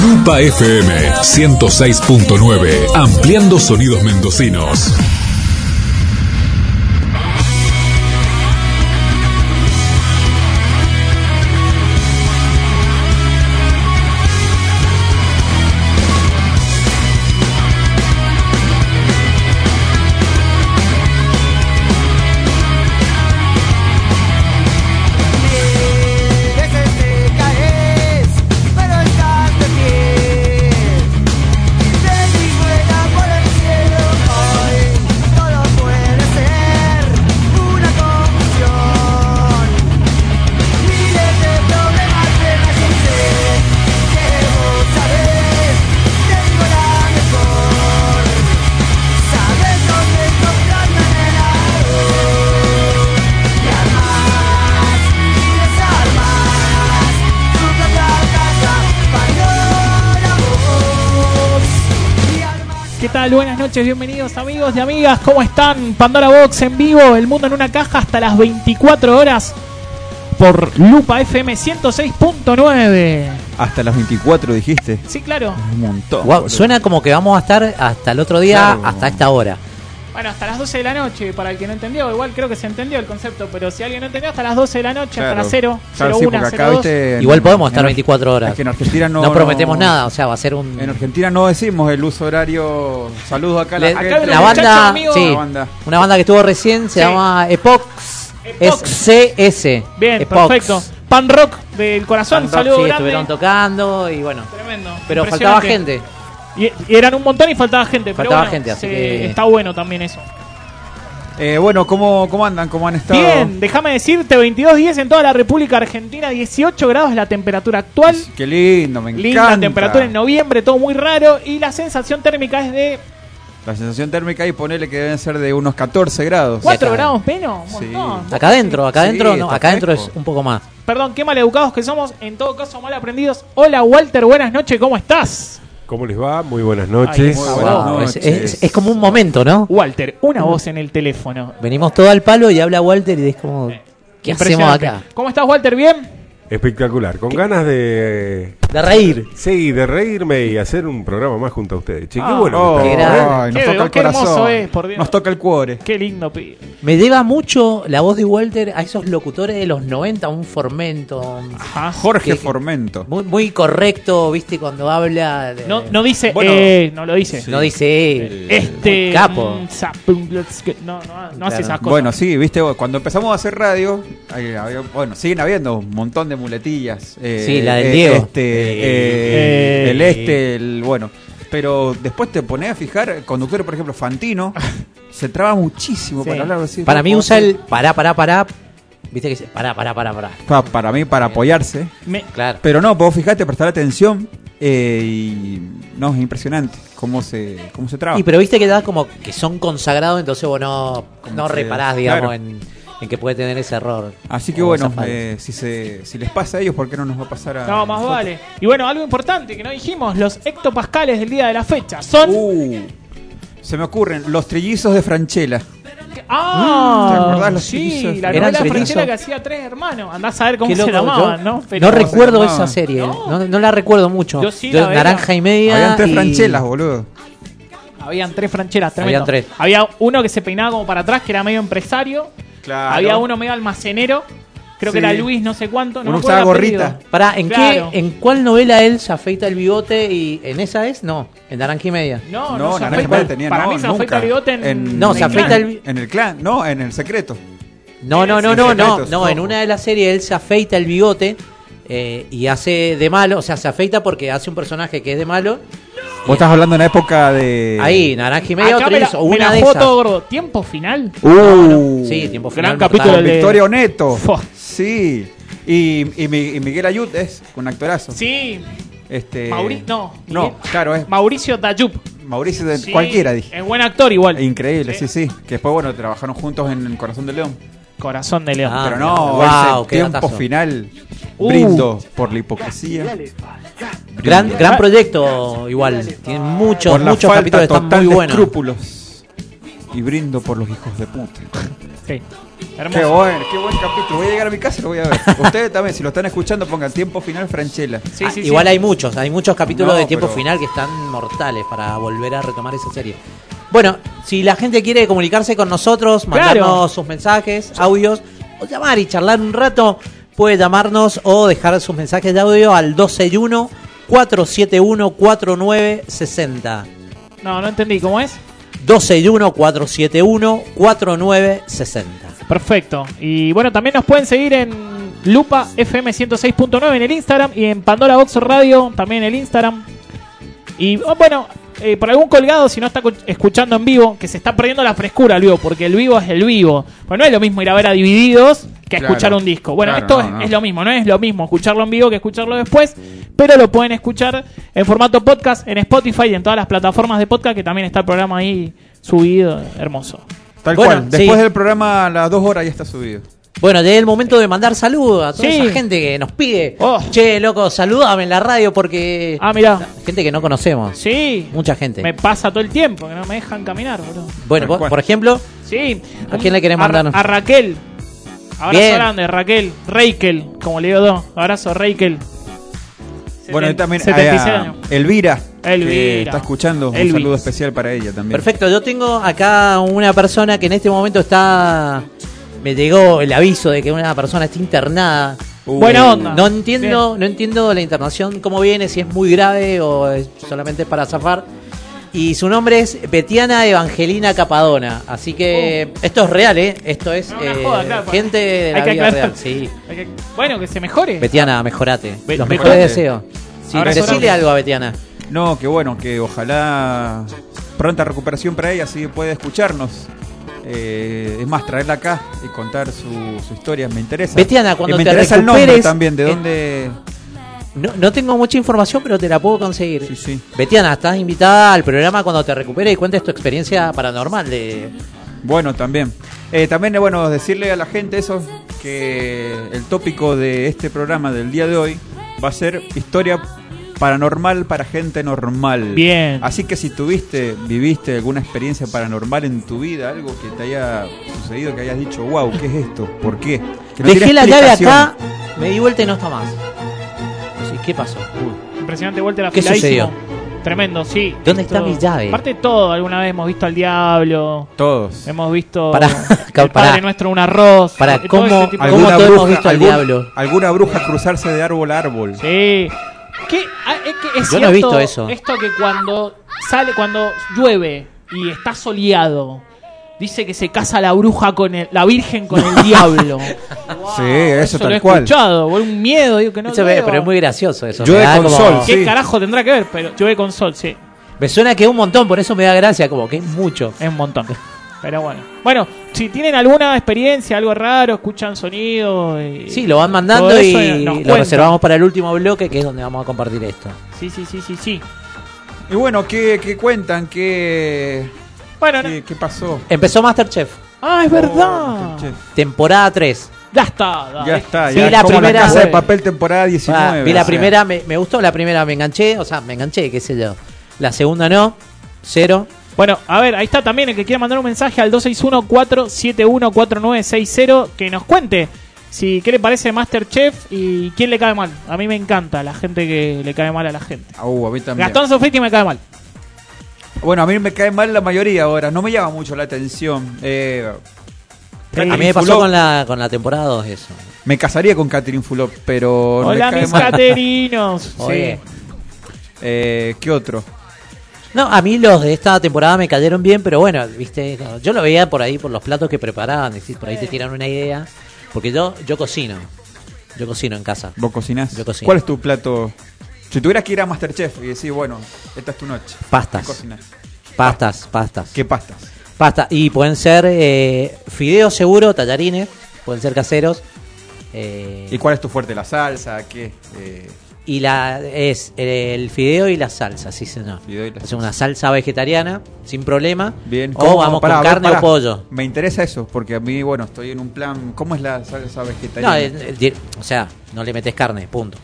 Pampa FM 106.9, ampliando sonidos mendocinos. Déjate caer, pero estás de pie. De mi vuela por el cielo hoy, solo puede ser una confusión. Miles de problemas de la gente que vos sabés, tengo la mejor. Sabes dónde encontrar manera de armar y desarmar tu propia casa para vos. Y armar ¿Qué tal? Buenas noches, bienvenidos amigos y amigas, ¿cómo están? Pandora Box en vivo, el mundo en una caja hasta las 24 horas por Lupa FM 106.9. Hasta las 24 dijiste. Sí, claro. Un montón. Guau, boludo. suena como que vamos a estar hasta el otro día, Claro. hasta esta hora. Bueno, hasta las 12 de la noche, para el que no entendió, igual creo que se entendió el concepto, pero si alguien no entendió, hasta las 12 de la noche, Claro. hasta las 0, Claro, 0, sí, 1, porque acá, 0, viste, en- Igual podemos estar en- 24 horas. Es que en Argentina no, No, prometemos nada, o sea, va a ser un... En Argentina no decimos el uso horario. Saludos acá a la Le- gente. acá viene la un muchacho banda, amigo. sí, La banda. una banda que estuvo recién, se Sí. llama Epox, Epox. es CS. Bien, Epox. perfecto. Pan Rock del Pan corazón, Rock, saludo sí, estuvieron grande. tocando y bueno, Tremendo. pero impresionante. faltaba gente. Y, y eran un montón y faltaba gente, pero Faltaba bueno, gente, así se- que- está bueno también eso. Eh, bueno, ¿cómo, ¿cómo andan? ¿Cómo han estado? Bien, déjame decirte, 22.10 en toda la República Argentina, 18 grados la temperatura actual. Qué lindo, me Linda encanta. temperatura en noviembre, todo muy raro. Y la sensación térmica es de La sensación térmica ahí ponele que deben ser de unos 14 grados. 4 acá. grados menos. Un Sí. montón. Acá adentro, acá Sí, adentro, no, está acá adentro es fresco. un poco más. Perdón, qué maleducados que somos. En todo caso, mal aprendidos. Hola, Walter, buenas noches, ¿cómo estás? ¿Cómo les va? Muy buenas Ay, noches. muy Ah, buenas Wow, noches. Uh. es, es- es como un momento, ¿no? Walter, Mm. una voz en el teléfono. Venimos todo al palo y habla Walter y es como, ¿qué hacemos Impresionante. acá? ¿Cómo estás, Walter? ¿Bien? Espectacular. Con ganas de. De reír. Sí, de reírme y hacer un programa más junto a ustedes. Che, qué Ah. bueno. Oh, que ¿eh? Qué está, grande. ay, nos Qué- toca el qué hermoso corazón. es, por Dios. Nos toca el cuore. Qué lindo, pibe. Me lleva mucho la voz de Walter a esos locutores de los 90, un formento. un- Ajá. Jorge que- Formento. Muy, muy correcto, viste, cuando habla. de- No, no dice, Bueno, eh, no lo dice. no dice. eh, Este. muy capo. mm, zap, mm, let's get- No, no, no hace Claro. esas cosas. Bueno, sí, viste, vos, cuando empezamos a hacer radio, ahí había- bueno, siguen habiendo un montón de muletillas. eh, Sí, la del eh, Diego. Este, eh, Eh. el este, el bueno. Pero después te pones a fijar, conductores, por ejemplo, Fantino, se traba muchísimo Sí. para hablar así. Para mí ¿Cómo usa se- el pará, pará, pará. Viste que dice pará, pará, pará, pará. Pa- para mí, para apoyarse. Me- Claro. Pero no, vos fijate, prestar atención. eh, y no, es impresionante cómo se, cómo se traba. Y pero viste que da como que son consagrados, entonces vos no, Como no que- reparás, digamos, claro. en, en que puede tener ese error. Así que O bueno, esa falta. eh, si, se, si les pasa a ellos, ¿por qué no nos va a pasar a.? No, más nosotros? vale. Y bueno, algo importante que no dijimos, los hectopascales del día de la fecha son... Uh, se me ocurren los trillizos de Franchella. Mm, ¡Ah! ¿Te acordás los sí, trillizos? la Eran novela trillizos. francesa que hacía tres hermanos. Andás a ver cómo Qué se loco, llamaban, yo ¿no? no ¿cómo se recuerdo llamaba? esa serie, No. no. no la recuerdo mucho. Yo sí la veía. naranja y media. Habían tres y- Franchelas, boludo. Habían tres francheras, tremendo. Habían tres. Había uno que se peinaba como para atrás, que era medio empresario. Claro. Había uno medio almacenero. Creo que Sí. era Luis, no sé cuánto. No me Uno acuerdo usaba el apellido. gorrita. Pará, ¿en, Claro. qué, ¿en cuál novela él se afeita el bigote y en esa es? No, en Naranja y Media. No, no, No, se Naranja afeita- Media tenía, Para no, mí se nunca. afeita el bigote en... No, se en afeita Clan. el- En el clan, no, en el secreto. No, no, no, En no, no, secretos, no. ojo. En una de las series él se afeita el bigote eh, y hace de malo, o sea, se afeita porque hace un personaje que es de malo. Vos estás hablando en la época de. Ahí, Naranja y Media Acá o me la- Trillizo, o me una la de foto, esas. gordo. ¿Tiempo final? Uh, Sí, tiempo final. Gran capítulo mortal. de- Victoria Oneto. Fua. Sí. Y, y Mi- y Miguel Ayud es un actorazo. Sí, Este, Mauri- no, No, Miguel- claro, es Mauricio Dayup. Mauricio de Sí, cualquiera, dije. Es buen actor igual. Increíble, sí, sí. Que después, bueno, trabajaron juntos en El Corazón de León. Corazón de León. Ah, Pero mira. no, Guau, ese qué tiempo datazo. final. Uh. Brindo por la hipocresía. Gran, gran proyecto, igual. Tiene muchos, Ah. por la muchos falta capítulos que total están muy de buenos. escrúpulos. Y brindo por los hijos de puta. Sí. Hermoso. Qué bueno, qué buen capítulo. Voy a llegar a mi casa y lo voy a ver. Ustedes también, si lo están escuchando, pongan tiempo final Franchella. Sí, Ah, sí, igual sí. hay muchos, hay muchos capítulos No, de tiempo pero- final que están mortales para volver a retomar esa serie. Bueno, si la gente quiere comunicarse con nosotros, Claro. mandarnos sus mensajes, audios, o llamar y charlar un rato, puede llamarnos o dejar sus mensajes de audio al 261 471 4960. No, no entendí cómo es. 261 471 4960. Perfecto. Y bueno, también nos pueden seguir en Lupa FM 106.9 en el Instagram y en Pandora Box Radio también en el Instagram. Y oh, bueno, eh, por algún colgado, si no está cu- escuchando en vivo, que se está perdiendo la frescura el vivo, porque el vivo es el vivo. Bueno, no es lo mismo ir a ver a Divididos que a Claro. escuchar un disco. Bueno, Claro, esto no, es, no. es lo mismo, no es lo mismo escucharlo en vivo que escucharlo después, pero lo pueden escuchar en formato podcast, en Spotify y en todas las plataformas de podcast, que también está el programa ahí subido, hermoso. Tal Bueno, cual. Después sí. del programa, a las dos horas ya está subido. Bueno, llega el momento de mandar saludos a toda Sí. esa gente que nos pide. Oh. Che, loco, saludame en la radio porque. Ah, mirá. Gente que no conocemos. Sí. Mucha gente. Me pasa todo el tiempo, que no me dejan caminar, boludo. Bueno, Tal vos, cual. por ejemplo, Sí. ¿A Un- quién le querés mandar? A, a Raquel. Abrazo Bien. grande, Raquel. Reikel, como le digo yo. Abrazo, Reikel. Bueno, y Seten- también ah. 76 a- años. Elvira. Elvira. que está escuchando. Elvis. Un saludo especial para ella también. perfecto, yo tengo acá una persona que en este momento está. Me llegó el aviso de que una persona está internada. Eh, Uh, Buena onda. No entiendo, no entiendo la internación, cómo viene, si es muy grave o es solamente para zafar. Y su nombre es Betiana Evangelina Capadona. Así que esto es real, ¿eh? Esto es Oh. No, una eh, joda, claro, gente de Hay la que vida aclarar. real. Sí. Hay que- Bueno, que se mejore. Betiana, mejorate. Be- Los mejorate. mejores deseos. Sí, Ahora decile solamente. algo a Betiana. No, que bueno, que ojalá pronta recuperación para ella, así puede escucharnos. Eh, es más, traerla acá y contar su, su historia, me interesa. Betiana, cuando Y me te interesa el nombre recuperes- también, de eh, dónde... No, no tengo mucha información, pero te la puedo conseguir. Sí, sí. Betiana, estás invitada al programa cuando te recuperes y cuentes tu experiencia paranormal de Bueno, también. Eh, también es bueno decirle a la gente eso, que el tópico de este programa del día de hoy va a ser historia paranormal para gente normal. Bien. Así que si tuviste, viviste alguna experiencia paranormal en tu vida, algo que te haya sucedido, que hayas dicho, wow, ¿qué es esto? ¿Por qué? Que no Dejé tiene la llave explicación. acá, me di vuelta y no está más. Sí, ¿Qué pasó? Impresionante vuelta a la ¿Qué filadísimo. Tremendo, sí. ¿Dónde Esto- está mi llave? Aparte de todo, alguna vez hemos visto al diablo. Todos. Hemos visto Pará, el pará. padre nuestro un arroz. Pará, todo ¿cómo- ese tipo de ¿Cómo todos hemos visto al algún- diablo? Alguna bruja cruzarse de árbol a árbol. Sí. ¿Qué? Ah, es que es Yo no cierto he visto eso. Esto que cuando sale, cuando llueve y está soleado, dice que se casa la bruja con el, la virgen con el diablo. Sí, eso, lo he tal cual. escuchado, boludo, un miedo, digo que no. Eso, lo ve, veo. pero es muy gracioso eso. Llueve me da con sol, ¿Qué sí. carajo tendrá que ver? Pero llueve con sol, sí, Me suena que es un montón, por eso me da gracia, como que es mucho. es un montón. Pero bueno. Bueno, si tienen alguna experiencia, algo raro, escuchan sonido. y- Sí, lo van todo mandando eso y nos lo cuentan. reservamos para el último bloque, que es donde vamos a compartir esto. Sí, sí, sí, sí, sí. Y bueno, ¿qué, qué cuentan? ¿Qué, Bueno, no- qué, qué pasó? Empezó Masterchef, ah, es Oh, verdad. Masterchef. temporada 3. Ya está. dale. Ya está, Vi ya la es como primera- la casa de Bueno. papel temporada 19. Ah, vi la o sea. primera, me, me gustó la primera, me enganché, o sea, me enganché, qué sé yo. La segunda no, cero. Bueno, a ver, ahí está también el que quiera mandar un mensaje al 261-471-4960 que nos cuente si qué le parece Masterchef y quién le cae mal. A mí me encanta la gente que le cae mal a la gente. Ah, uh, a mí también. Gastón Sofriti me cae mal. Bueno, a mí me cae mal la mayoría ahora. No me llama mucho la atención. Eh, A mí me pasó con la, con la temporada 2 eso. Me casaría con Catherine Fulop, pero no Hola, me cae mis mal. caterinos. Oye. Eh, ¿Qué otro? No, a mí los de esta temporada me cayeron bien, pero bueno, viste, yo lo veía por ahí por los platos que preparaban, es decir, por ahí te tiran una idea, porque yo yo cocino, yo cocino en casa. ¿Vos cocinás? Yo cocino. ¿Cuál es tu plato? Si tuvieras que ir a Masterchef y decir, bueno, esta es tu noche. ¿Qué Pastas, cocinás? pastas, pastas, ¿Qué pastas? pasta y pueden ser eh, fideos seguro, tallarines, pueden ser caseros. eh, ¿Y cuál es tu fuerte? ¿La salsa? ¿Qué? Eh, y la es eh, el fideo y la salsa, sí señor. Fideo y la Hacer una salsa vegetariana sin problema. bien. O ¿Cómo? vamos Pará, a con ver, carne pará. o pollo. Me interesa eso, porque a mí, bueno, estoy en un plan... ¿Cómo es la salsa No, vegetariana? eh, eh, o sea, no le metes carne, punto.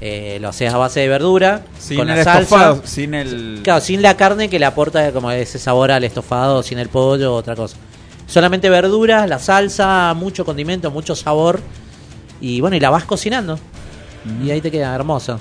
Eh, lo haces a base de verdura, Sin con el la salsa. estofado, sin el... Claro, sin la carne que le aporta como ese sabor al estofado, sin el pollo, otra cosa. solamente verduras, la salsa, mucho condimento, mucho sabor. Y bueno, y la vas cocinando. Mm. Y ahí te queda hermoso.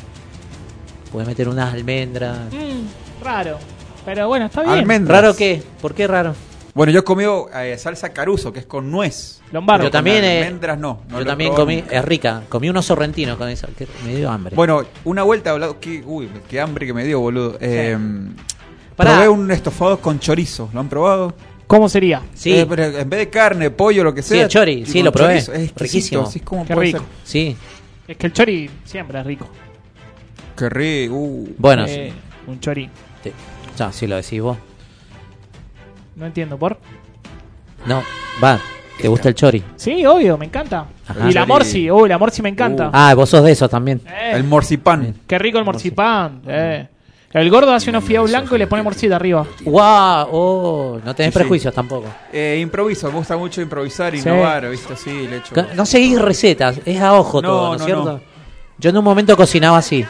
Puedes meter unas almendras. Mm, raro. Pero bueno, está bien. Almendras. ¿Raro qué? ¿Por qué raro? Bueno, yo he comido eh, salsa caruso, que es con nuez. Lombardo. Yo también, eh, almendras no, no Yo lo también probé comí, eh. nunca. es rica, comí unos sorrentinos con eso, que me dio hambre. Bueno, una vuelta hablado. Qué, uy, qué hambre que me dio, boludo. Eh, Pará. probé un estofado con chorizo. ¿Lo han probado? ¿Cómo sería? sí, Eh, pero en vez de carne, pollo, lo que sea. el chori, y sí, con lo probé. chorizo. Es exquisito, Riquísimo. así es como Qué puede rico. ser. sí. Es que el chori siempre es rico. Qué rico. uh. Bueno, Eh, Un chori. sí. No, si lo decís vos. No entiendo, ¿por? No, va, te gusta el chori. Sí, obvio, me encanta. Ajá. Y la Chori. morsi, uy, la morsi me encanta. Uh. Ah, vos sos de esos también. Eh, El morcipán. qué rico el morcipán. eh. El gordo hace unos fideos blancos y le pone morcita arriba. ¡Guau! oh, no tenés Sí, sí. prejuicios tampoco. Eh, improviso, me gusta mucho improvisar, Sí. innovar, ¿viste? Sí, le echo. No seguís recetas, es a ojo No, todo, ¿no es no, cierto? no. Yo en un momento cocinaba así.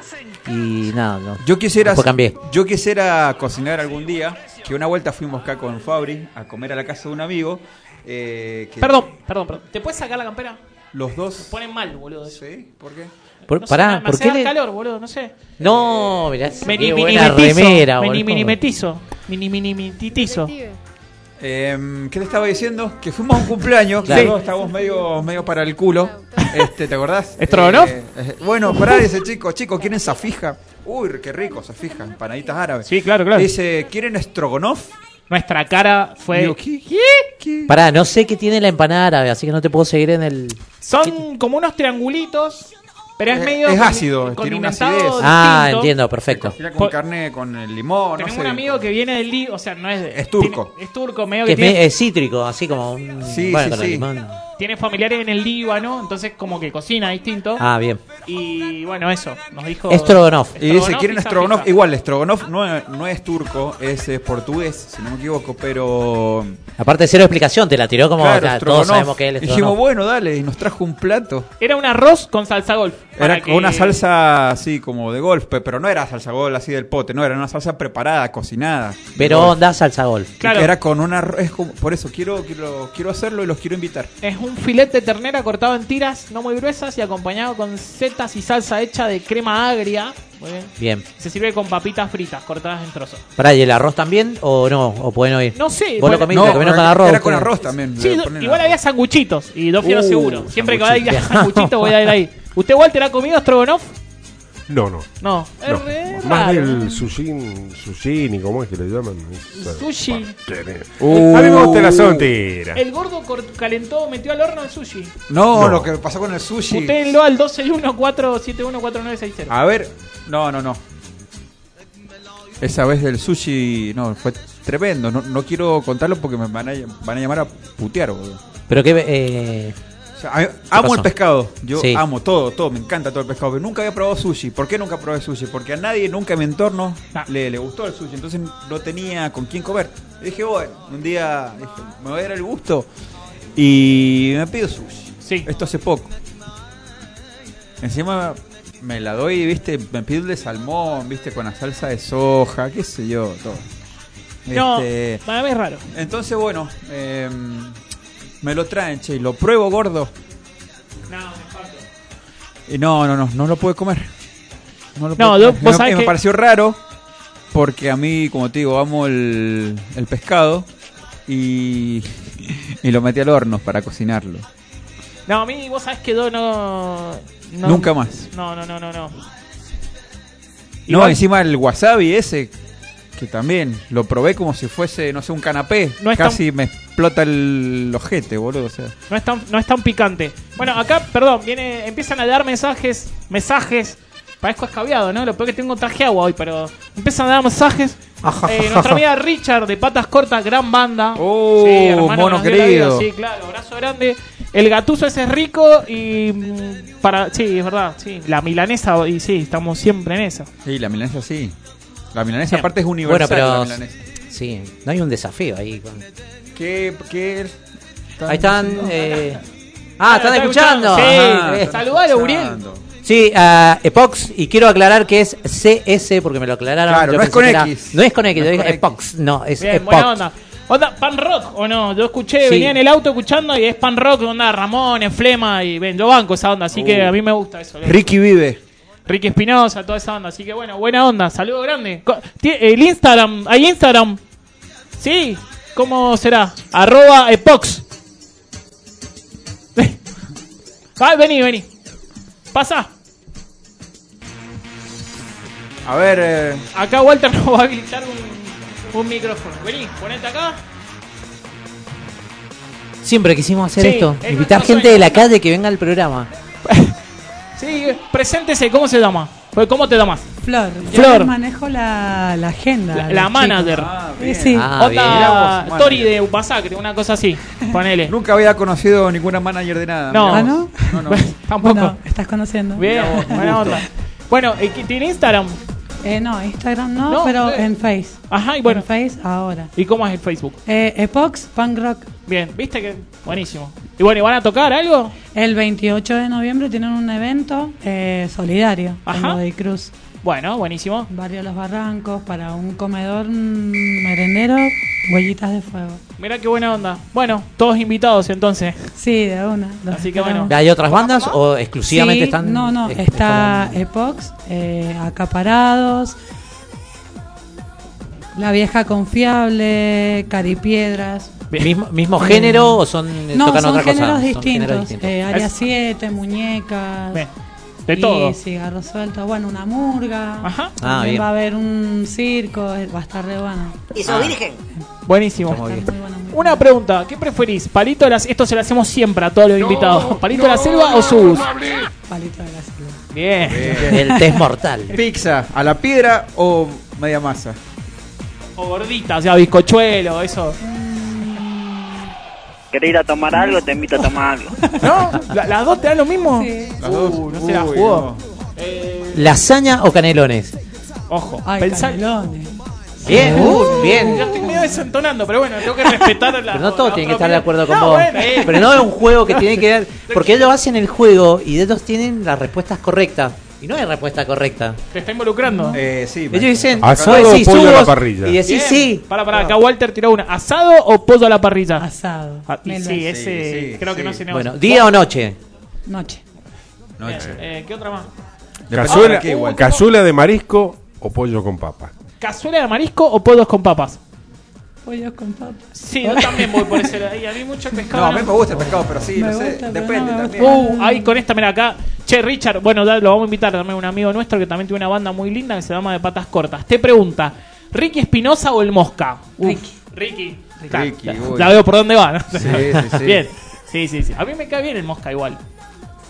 Y nada, no. Yo quisiera, Después cambié. yo quisiera cocinar algún día, que una vuelta fuimos acá con Fabri a comer a la casa de un amigo. eh, que Perdón, perdón, perdón. ¿Te puedes sacar la campera? Los dos. Ponen mal, boludo. eso. ¿Sí? ¿Por qué? Por- No sé, pará, me ¿por hace qué dar le.? calor, boludo, no sé. No, mirá, Me qué ni buena minimetizo. remera, me ni boludo. minimetizo. Mini minimitizo. Em, ¿Qué te estaba diciendo? Que fuimos a un cumpleaños, Claro. claro. estábamos medio, medio para el culo. Este, ¿Te acordás? ¿Estrogonoff? Eh, eh, bueno, pará, dice chico, chicos, ¿quieren zafija? Uy, qué rico, zafija, empanaditas árabes. Sí, claro, claro. Dice, ¿quieren estrogonoff? Nuestra cara fue. Digo, ¿qué? ¿Qué? Pará, no sé qué tiene la empanada árabe, así que no te puedo seguir en el. Son como unos triangulitos, pero es Eh, medio. es con- ácido, tiene condimentado una acidez. Ah, distinto. entiendo, perfecto. Era con Por- carne, con el limón, Tenemos no sé. un amigo que viene del Líbano, o sea, no es. de- Es turco. tiene- es turco, medio Que que, es, tiene, me- es cítrico, así como un. Sí, bueno, sí, con el sí. limón. tiene familiares en el Líbano, entonces como que cocina distinto. Ah, bien. Y bueno, eso, nos dijo. Estrogonoff. Y dice, ¿quieren y estrogonoff? zafija. Igual, estrogonoff no, no es turco, es eh, portugués, si no me equivoco, pero... Aparte, cero explicación, te la tiró como. claro, o sea, todos estrogonoff. sabemos que es el Dijimos, estrogonoff. bueno, dale, y nos trajo un plato. Era un arroz con salsa golf. para Era con que- una salsa así como de golf, pe- pero no era salsa golf así del pote, no, era una salsa preparada, cocinada. Pero Golf. onda salsa golf. Y Claro. que Era con una ro- es como- por eso quiero, quiero quiero hacerlo y los quiero invitar. Es un filete de ternera cortado en tiras no muy gruesas y acompañado con setas y salsa hecha de crema agria. Muy bien. Bien. Se sirve con papitas fritas cortadas en trozos. Pará, ¿y el arroz también o no? ¿O pueden oír? No sé, Vos lo bueno, comiste, no, lo comieron con arroz. era con ustedes. arroz también. Sí, le do- ponen igual arroz. había sanguchitos y dos fieros Uh, seguros. Siempre que sanguchito. vaya a sanguchito voy a ir ahí. ¿Usted, Walter, ha comido estrogonoff? No, no. No. no. Es re Más raro. del sushin, sushini, ¿cómo es que le llaman? Esa Sushi. porquería. Uh. A mí me gusta la sontera. El gordo cor- calentó, metió al horno el sushi. No, No. lo que pasó con el sushi. Putéenlo al 261-471-4960. A ver, no, no, no. Esa vez del sushi, no, fue tremendo. No, no quiero contarlo porque me van a, van a llamar a putear, boludo. Pero que. Eh, O sea, a mí- amo pasó? el pescado. Yo Sí. amo todo, todo. Me encanta todo el pescado. Pero nunca había probado sushi. ¿Por qué nunca probé sushi? Porque a nadie, nunca en mi entorno, Ah. le, le gustó el sushi. Entonces no tenía con quién comer. Y dije, bueno, un día dije, me voy a dar el gusto. Y me pido sushi. Sí. Esto hace poco. Encima me la doy, viste, me pido el de salmón, viste, con la salsa de soja, qué sé yo, todo. No, Este, para mí es raro. entonces, bueno, eh, me lo traen, che, y lo pruebo gordo. No, Y Eh, no, no, no, no lo pude comer. No, lo No, pude yo- comer. vos me, sabés me que- pareció raro porque a mí, como te digo, amo el, el pescado y, y lo metí al horno para cocinarlo. no, a mí vos sabés que yo no, no- Nunca más. No, no, no, no, no. No, Igual- encima el wasabi ese, que también lo probé como si fuese, no sé, un canapé. No es tan- Casi me explota el ojete, boludo. O sea. No es, tan, no es tan picante. Bueno, acá, perdón, viene, empiezan a dar mensajes, mensajes. Parezco escabiado, ¿no? Lo peor que tengo traje agua hoy, pero empiezan a dar mensajes. Ah, Eh, nuestra amiga Richard de Patas Cortas, gran banda. Oh, hermano, mono nos dio la querido. vida, Sí, claro, abrazo grande. El gatuso ese es rico y mm, para sí, es verdad, sí, la milanesa y sí, estamos siempre en esa. Sí, la milanesa sí. La milanesa Bien. aparte es bueno, universal. pero. la milanesa. Sí, no hay un desafío ahí. con- ¿Qué, qué Ahí están. eh, Ah, están Claro, escuchando, escuchando. sí. Ajá. eh, Saludalo, Uriel. escuchando. Sí, a Epox, y quiero aclarar que es CS porque me lo aclararon. Claro, Yo no es pensé con que era- X. no es con X, No yo es dije con X. Epox, no, es Bien, Epox. buena onda. Onda, pan rock o no. Yo escuché, Sí. venía en el auto escuchando y es pan rock, onda Ramón, Flema y ven, yo banco esa onda, así Uh. que a mí me gusta eso. Ricky vive. Ricky Espinosa, toda esa onda. Así que bueno, buena onda. Saludo grande. Co- ti- El Instagram, hay Instagram. Sí, ¿cómo será? Arroba epox. Ah, vení, vení. Pasa. A ver, eh, Acá Walter nos va a habilitar un, un micrófono. Vení, ponete acá. Siempre quisimos hacer Sí, esto. es Invitar nuestro gente de la sueño. calle que venga al programa. Sí, preséntese, ¿cómo se llama? Pues, ¿Cómo te llamas? Flor, Flor. yo les manejo la, la agenda. La, a la los manager. ah, chicos. bien. Eh, Sí, Ah, bien. Onda Mirá vos, Tori manager. de Upasacre, una cosa así. Ponele. Nunca había conocido ninguna manager de nada. No. ¿Ah, no? No, no. Tampoco. bueno, estás conociendo. Bien, Mirá vos, un buena gusto. onda. Bueno, eh, ¿qué- ¿tiene Instagram? Eh, no, Instagram no, No, pero eh. en Face. Ajá, y bueno. En Face ahora. ¿Y cómo es el Facebook? Eh, Epox Punk Rock. Bien, ¿viste que? Buenísimo. Y bueno, ¿y van a tocar algo? El 28 de noviembre tienen un evento eh, solidario Ajá. en Godoy Cruz. Bueno, buenísimo. Barrio Los Barrancos para un comedor mm, merendero, huellitas de fuego. Mirá qué buena onda. Bueno, todos invitados entonces. Sí, de una. los Así que bueno. esperamos. ¿Hay otras bandas o exclusivamente Sí, están.? eh, No, no, es- está es como- Epox, eh, Acaparados, La Vieja Confiable, Caripiedras. ¿Mismo, mismo género o son, No, tocan son otra cosa? géneros Son distintos. géneros distintos. eh, área Es- 7, Muñecas. Bien. De todo. Y cigarro suelto. Bueno, una murga. Ajá. Ah, También bien. va a haber un circo. eh, Va a estar re bueno. Y sos virgen. Buenísimo. Va a estar muy bueno, muy Una pregunta, ¿qué preferís? ¿Palito de la Esto se lo hacemos siempre a todos los invitados. ¿Palito de la selva o subus? bueno. Palito de la selva. Bien. eh, El test mortal. Pizza, ¿a la piedra o media masa? O gordita, o sea, bizcochuelo, eso. ¿Querés ir a tomar algo? Te invito a tomar algo. ¿No? ¿La- ¿Las dos te dan lo mismo? Sí. Las dos. Uh, no se la Uy, jugó. ¿Lasaña o canelones? Ojo, Ay, pensá- canelones. Bien, uh, Yo bien. estoy medio desentonando, pero bueno, tengo que respetar a la. Pero no todos tienen que estar de acuerdo con No, vos. bueno, eh. Pero no es un juego que tiene que ver. Porque ellos hacen el juego y ellos tienen las respuestas correctas. Y no hay respuesta correcta. Te está involucrando. Eh, sí. Ellos dicen. Asado vos decís, o pollo a la subos, parrilla. Y decís sí. Para, para, acá Walter tiró una. ¿Asado o pollo a la parrilla? Asado. Ah, y Melo. sí, ese sí, creo que sí. no se negocia. Bueno, día o noche. Noche. Bien, eh, ¿Qué otra más? Depende de Cazuela, qué, igual. cazuela de marisco o pollo con papa. ¿Cazuela de marisco o pollos con papas? Pollos con papas. Sí, yo también voy por ese lado. Y a mí mucho pescado. No, a mí me gusta el pescado, pero sí, Me no sé, gusta, pero depende no me también. gusta. Uh, ahí con esta, mira acá. Che, Richard, bueno, ya lo vamos a invitar también un amigo nuestro que también tiene una banda muy linda que se llama De Patas Cortas. Te pregunta, ¿Ricky Espinosa o el Mosca? Uf, Ricky. Ricky. Ricky, Ya, uy. ya veo por dónde va. ¿no? Sí, sí, sí. Bien. Sí, sí, sí. A mí me cae bien el Mosca igual.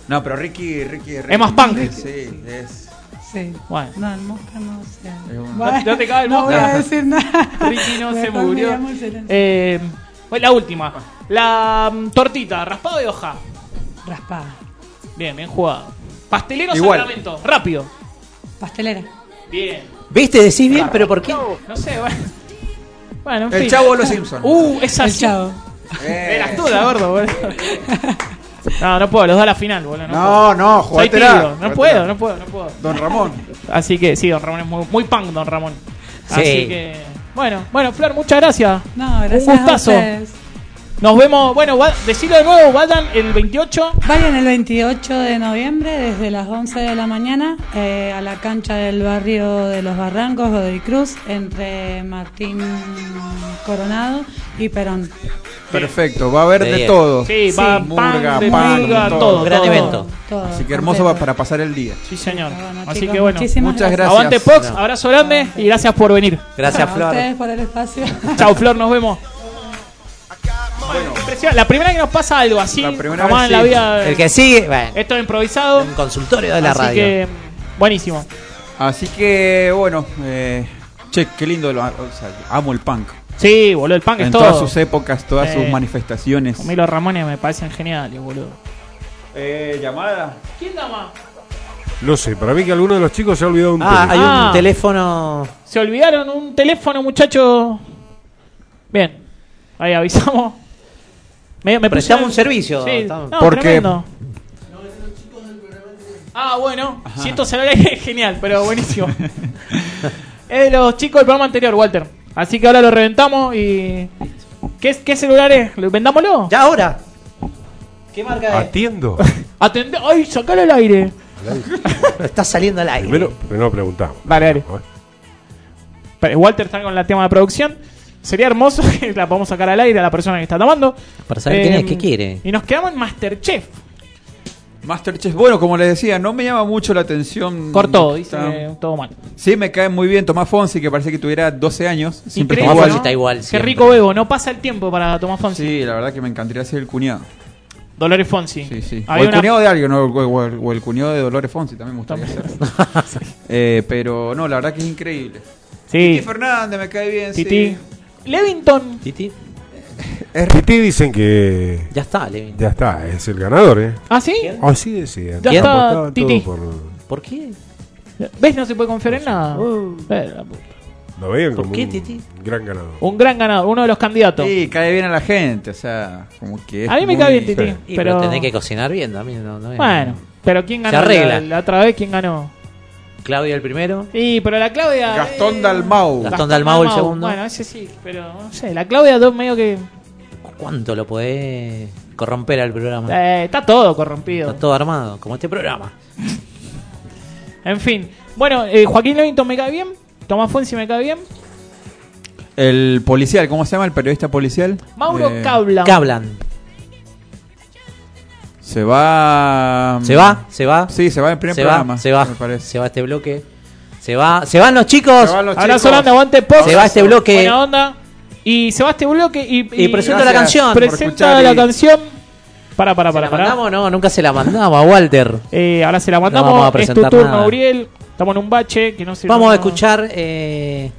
No, pero Ricky, Ricky, Ricky. Es más punk. Sí, es. Sí. Bueno. No, el mosca no se. un- Bueno, No te cabe el no mosca. voy a decir nada. Ricky no se Mejor murió. miramos el silencio. Eh, bueno, la última. La mm, tortita, raspado de hoja. Raspada. Bien, bien jugado. Pastelero Igual. Sacramento, rápido. Pastelera. Bien. ¿Viste? Decís bien, pero ¿por qué? No sé, bueno. Bueno, en El fin. chavo o los Simpsons. Uh, esa El sí. chavo. Eh. Eras tú, la gordo, boludo. No, no puedo, los da la final, boludo. No, puedo. No, no, Soy tibio, jugátela. no Jugátela. puedo, no puedo, no puedo. Don Ramón. Así que sí, don Ramón es muy, muy punk, don Ramón. Así Sí. que. Bueno, bueno, Flor, muchas gracias. No, gracias. Un gustazo. A ustedes. Nos vemos, bueno, va- decilo de nuevo, vayan el 28. Vayan el 28 de noviembre desde las 11 de la mañana eh, a la cancha del barrio de Los Barrancos, Godoy Cruz, entre Martín Coronado y Perón. Perfecto, va a haber De de diez. todo. Sí, va Sí, pan, murga, de pan, murga, todo. todo. todo. Gran evento. Todo Así que hermoso va completo. para pasar el día. Sí, señor. Bueno, Así chicos, que bueno. muchísimas Muchas gracias. Aguante Pox, No. abrazo grande y gracias por venir. Gracias, A Flor. ustedes por el espacio. Chau, Flor, nos vemos. Bueno, impresionante. La primera que nos pasa algo así, La primera jamás vez en la sí. vida. eh, El que sigue, bueno, Esto es improvisado. un consultorio de la así radio. que, buenísimo. Así que, bueno, eh, che, qué lindo. Lo, o sea, amo el punk. Sí, boludo, el punk es En todo. todas sus épocas, todas Eh. sus manifestaciones. A mí los Ramones me parecen geniales, boludo. Eh, llamada. ¿Quién da más? No sé, para mí que alguno de los chicos se ha olvidado un Ah, hay teléfono. un Ah. teléfono. Se olvidaron un teléfono, muchacho. Bien, ahí avisamos. Me, me pusieron- Prestamos un servicio. Sí. Estamos- No, Porque- tremendo. Ah, bueno, siento saber que es genial, pero buenísimo. es de los chicos del programa anterior, Walter. Así que ahora lo reventamos y. ¿Qué, qué celular es? ¿Lo- ¿Vendámoslo? Ya ahora. ¿Qué marca es? Atiendo. Atende. ¡Ay, sacalo al aire! Está saliendo al aire. Primero, primero preguntamos. Dale, dale. A ver. Pero Walter está con la tema de producción. Sería hermoso que la podamos sacar al aire a la persona que está tomando. Em, Para saber quién es, qué quiere. Y nos quedamos en Masterchef. Masterchef, bueno, como les decía, no me llama mucho la Mm, atención. Cortó, dice Tan- todo mal. Sí, me cae muy bien Tomás Fonsi, que parece que tuviera 12 años. Siempre Increíble, igual. ¿no? está igual Qué siempre. rico bebo, no pasa el tiempo para Tomás Fonsi. Sí, la verdad que me encantaría ser el cuñado. Dolores Fonsi. Sí, sí. O Había el una- cuñado de alguien, o, o- o- o el cuñado de Dolores Fonsi también me gustaría ser. Eh, pero no, la verdad que es increíble. Sí, Titi Fernández me cae bien, Titi. sí. Levington. Titi, Es Titi dicen que ya está, Levin. ya está, es el ganador, ¿eh? ¿Ah, sí? Así decían. Ya Lo está, apostaban Titi. todo por- ¿Por qué? ¿Ves? No se puede confiar en nada. Eh, la puta. Lo veían ¿Por como qué, un Titi? gran ganador. Un gran ganador, uno de los candidatos. Sí, cae bien a la gente, o sea, como que. es A mí me muy- cae bien Titi. Y, pero... pero... tenés que cocinar bien también. No, no es- Bueno, pero ¿quién ganó? Se La, arregla. la otra vez, ¿quién ganó? Claudio el primero. Sí, pero la Claudia. Gastón eh, Dalmau. Gastón Dalmau el segundo. Bueno, ese sí, pero no sé. La Claudia, dos medio que. ¿Cuánto lo podés corromper al programa? eh, está todo corrompido. Está todo armado, como este programa. En fin. Bueno, eh, Joaquín Levington me cae bien. Tomás Fonsi me cae bien. El policial, ¿cómo se llama el periodista policial? Mauro Eh, Cabla. Cablan. Se va. mm, ¿Se va? ¿Se va? Sí, se va en el primer se programa. va, se va, Me parece. se va este bloque. Se va, se van los chicos. Se van los Abrazo chicos. grande, aguante pop. Se va este bloque. Buena onda. Y se va este bloque y, Y presenta Gracias la canción. por presenta escuchar la y- canción. Para, para, ¿Se para, la para. mandamos? No, nunca se la mandamos a Walter. Eh, ahora se la mandamos. No vamos a es tu presentar turno, nada. Uriel. Estamos en un bache que no se Vamos no- a escuchar eh,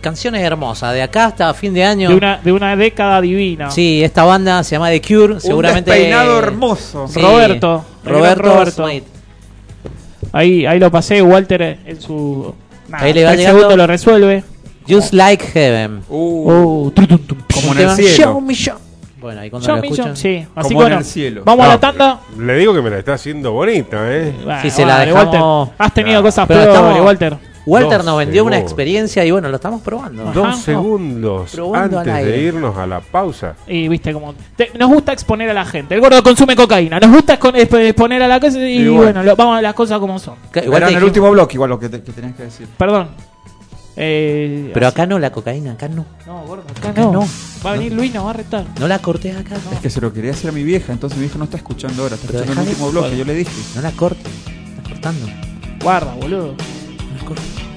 canciones hermosas de acá hasta fin de año. De una, de una década divina. Sí, esta banda se llama The Cure, seguramente. Un despeinado hermoso. Sí. Roberto, el gran Roberto, Roberto. Smith. Ahí, ahí lo pasé. Walter eh, en su. nada, Ahí le va el llegando. segundo lo resuelve. Just Like Heaven. Uh, Oh, tru, tum, tum. como Un en el tema- cielo. Show me show. Bueno, ahí cuando Yo, lo mi, yo. escuchan. Sí, así que en bueno, el cielo. Vamos a la No, tanda. Le digo que me la está haciendo bonita, ¿eh? Bueno, si se la vale, dejamos- Walter, has tenido Claro. cosas Pero peores, estamos- Walter. Walter Dos nos vendió una segundos. experiencia y bueno, lo estamos probando. Ajá. Dos no. segundos Probando al antes de aire. irnos a la pausa. Y viste como te- nos gusta exponer a la gente. El gordo consume cocaína. Nos gusta expo- expo- exponer a la cosa y, Y bueno. bueno, lo- vamos a las cosas como son. Ca- igual Era te en el dijimos- último bloque, igual lo que, te- que tenías que decir. Perdón. Eh, Pero así- acá no, la cocaína, acá no. no, gordo, acá acá no. no. Va a venir Luis, nos va a retar. No la cortes acá. Es que se lo quería hacer a mi vieja, entonces mi vieja no está escuchando ahora, está Pero escuchando el dejale- último bloque, yo le dije. No la cortes. Estás cortando. No Guarda, boludo. la cortes.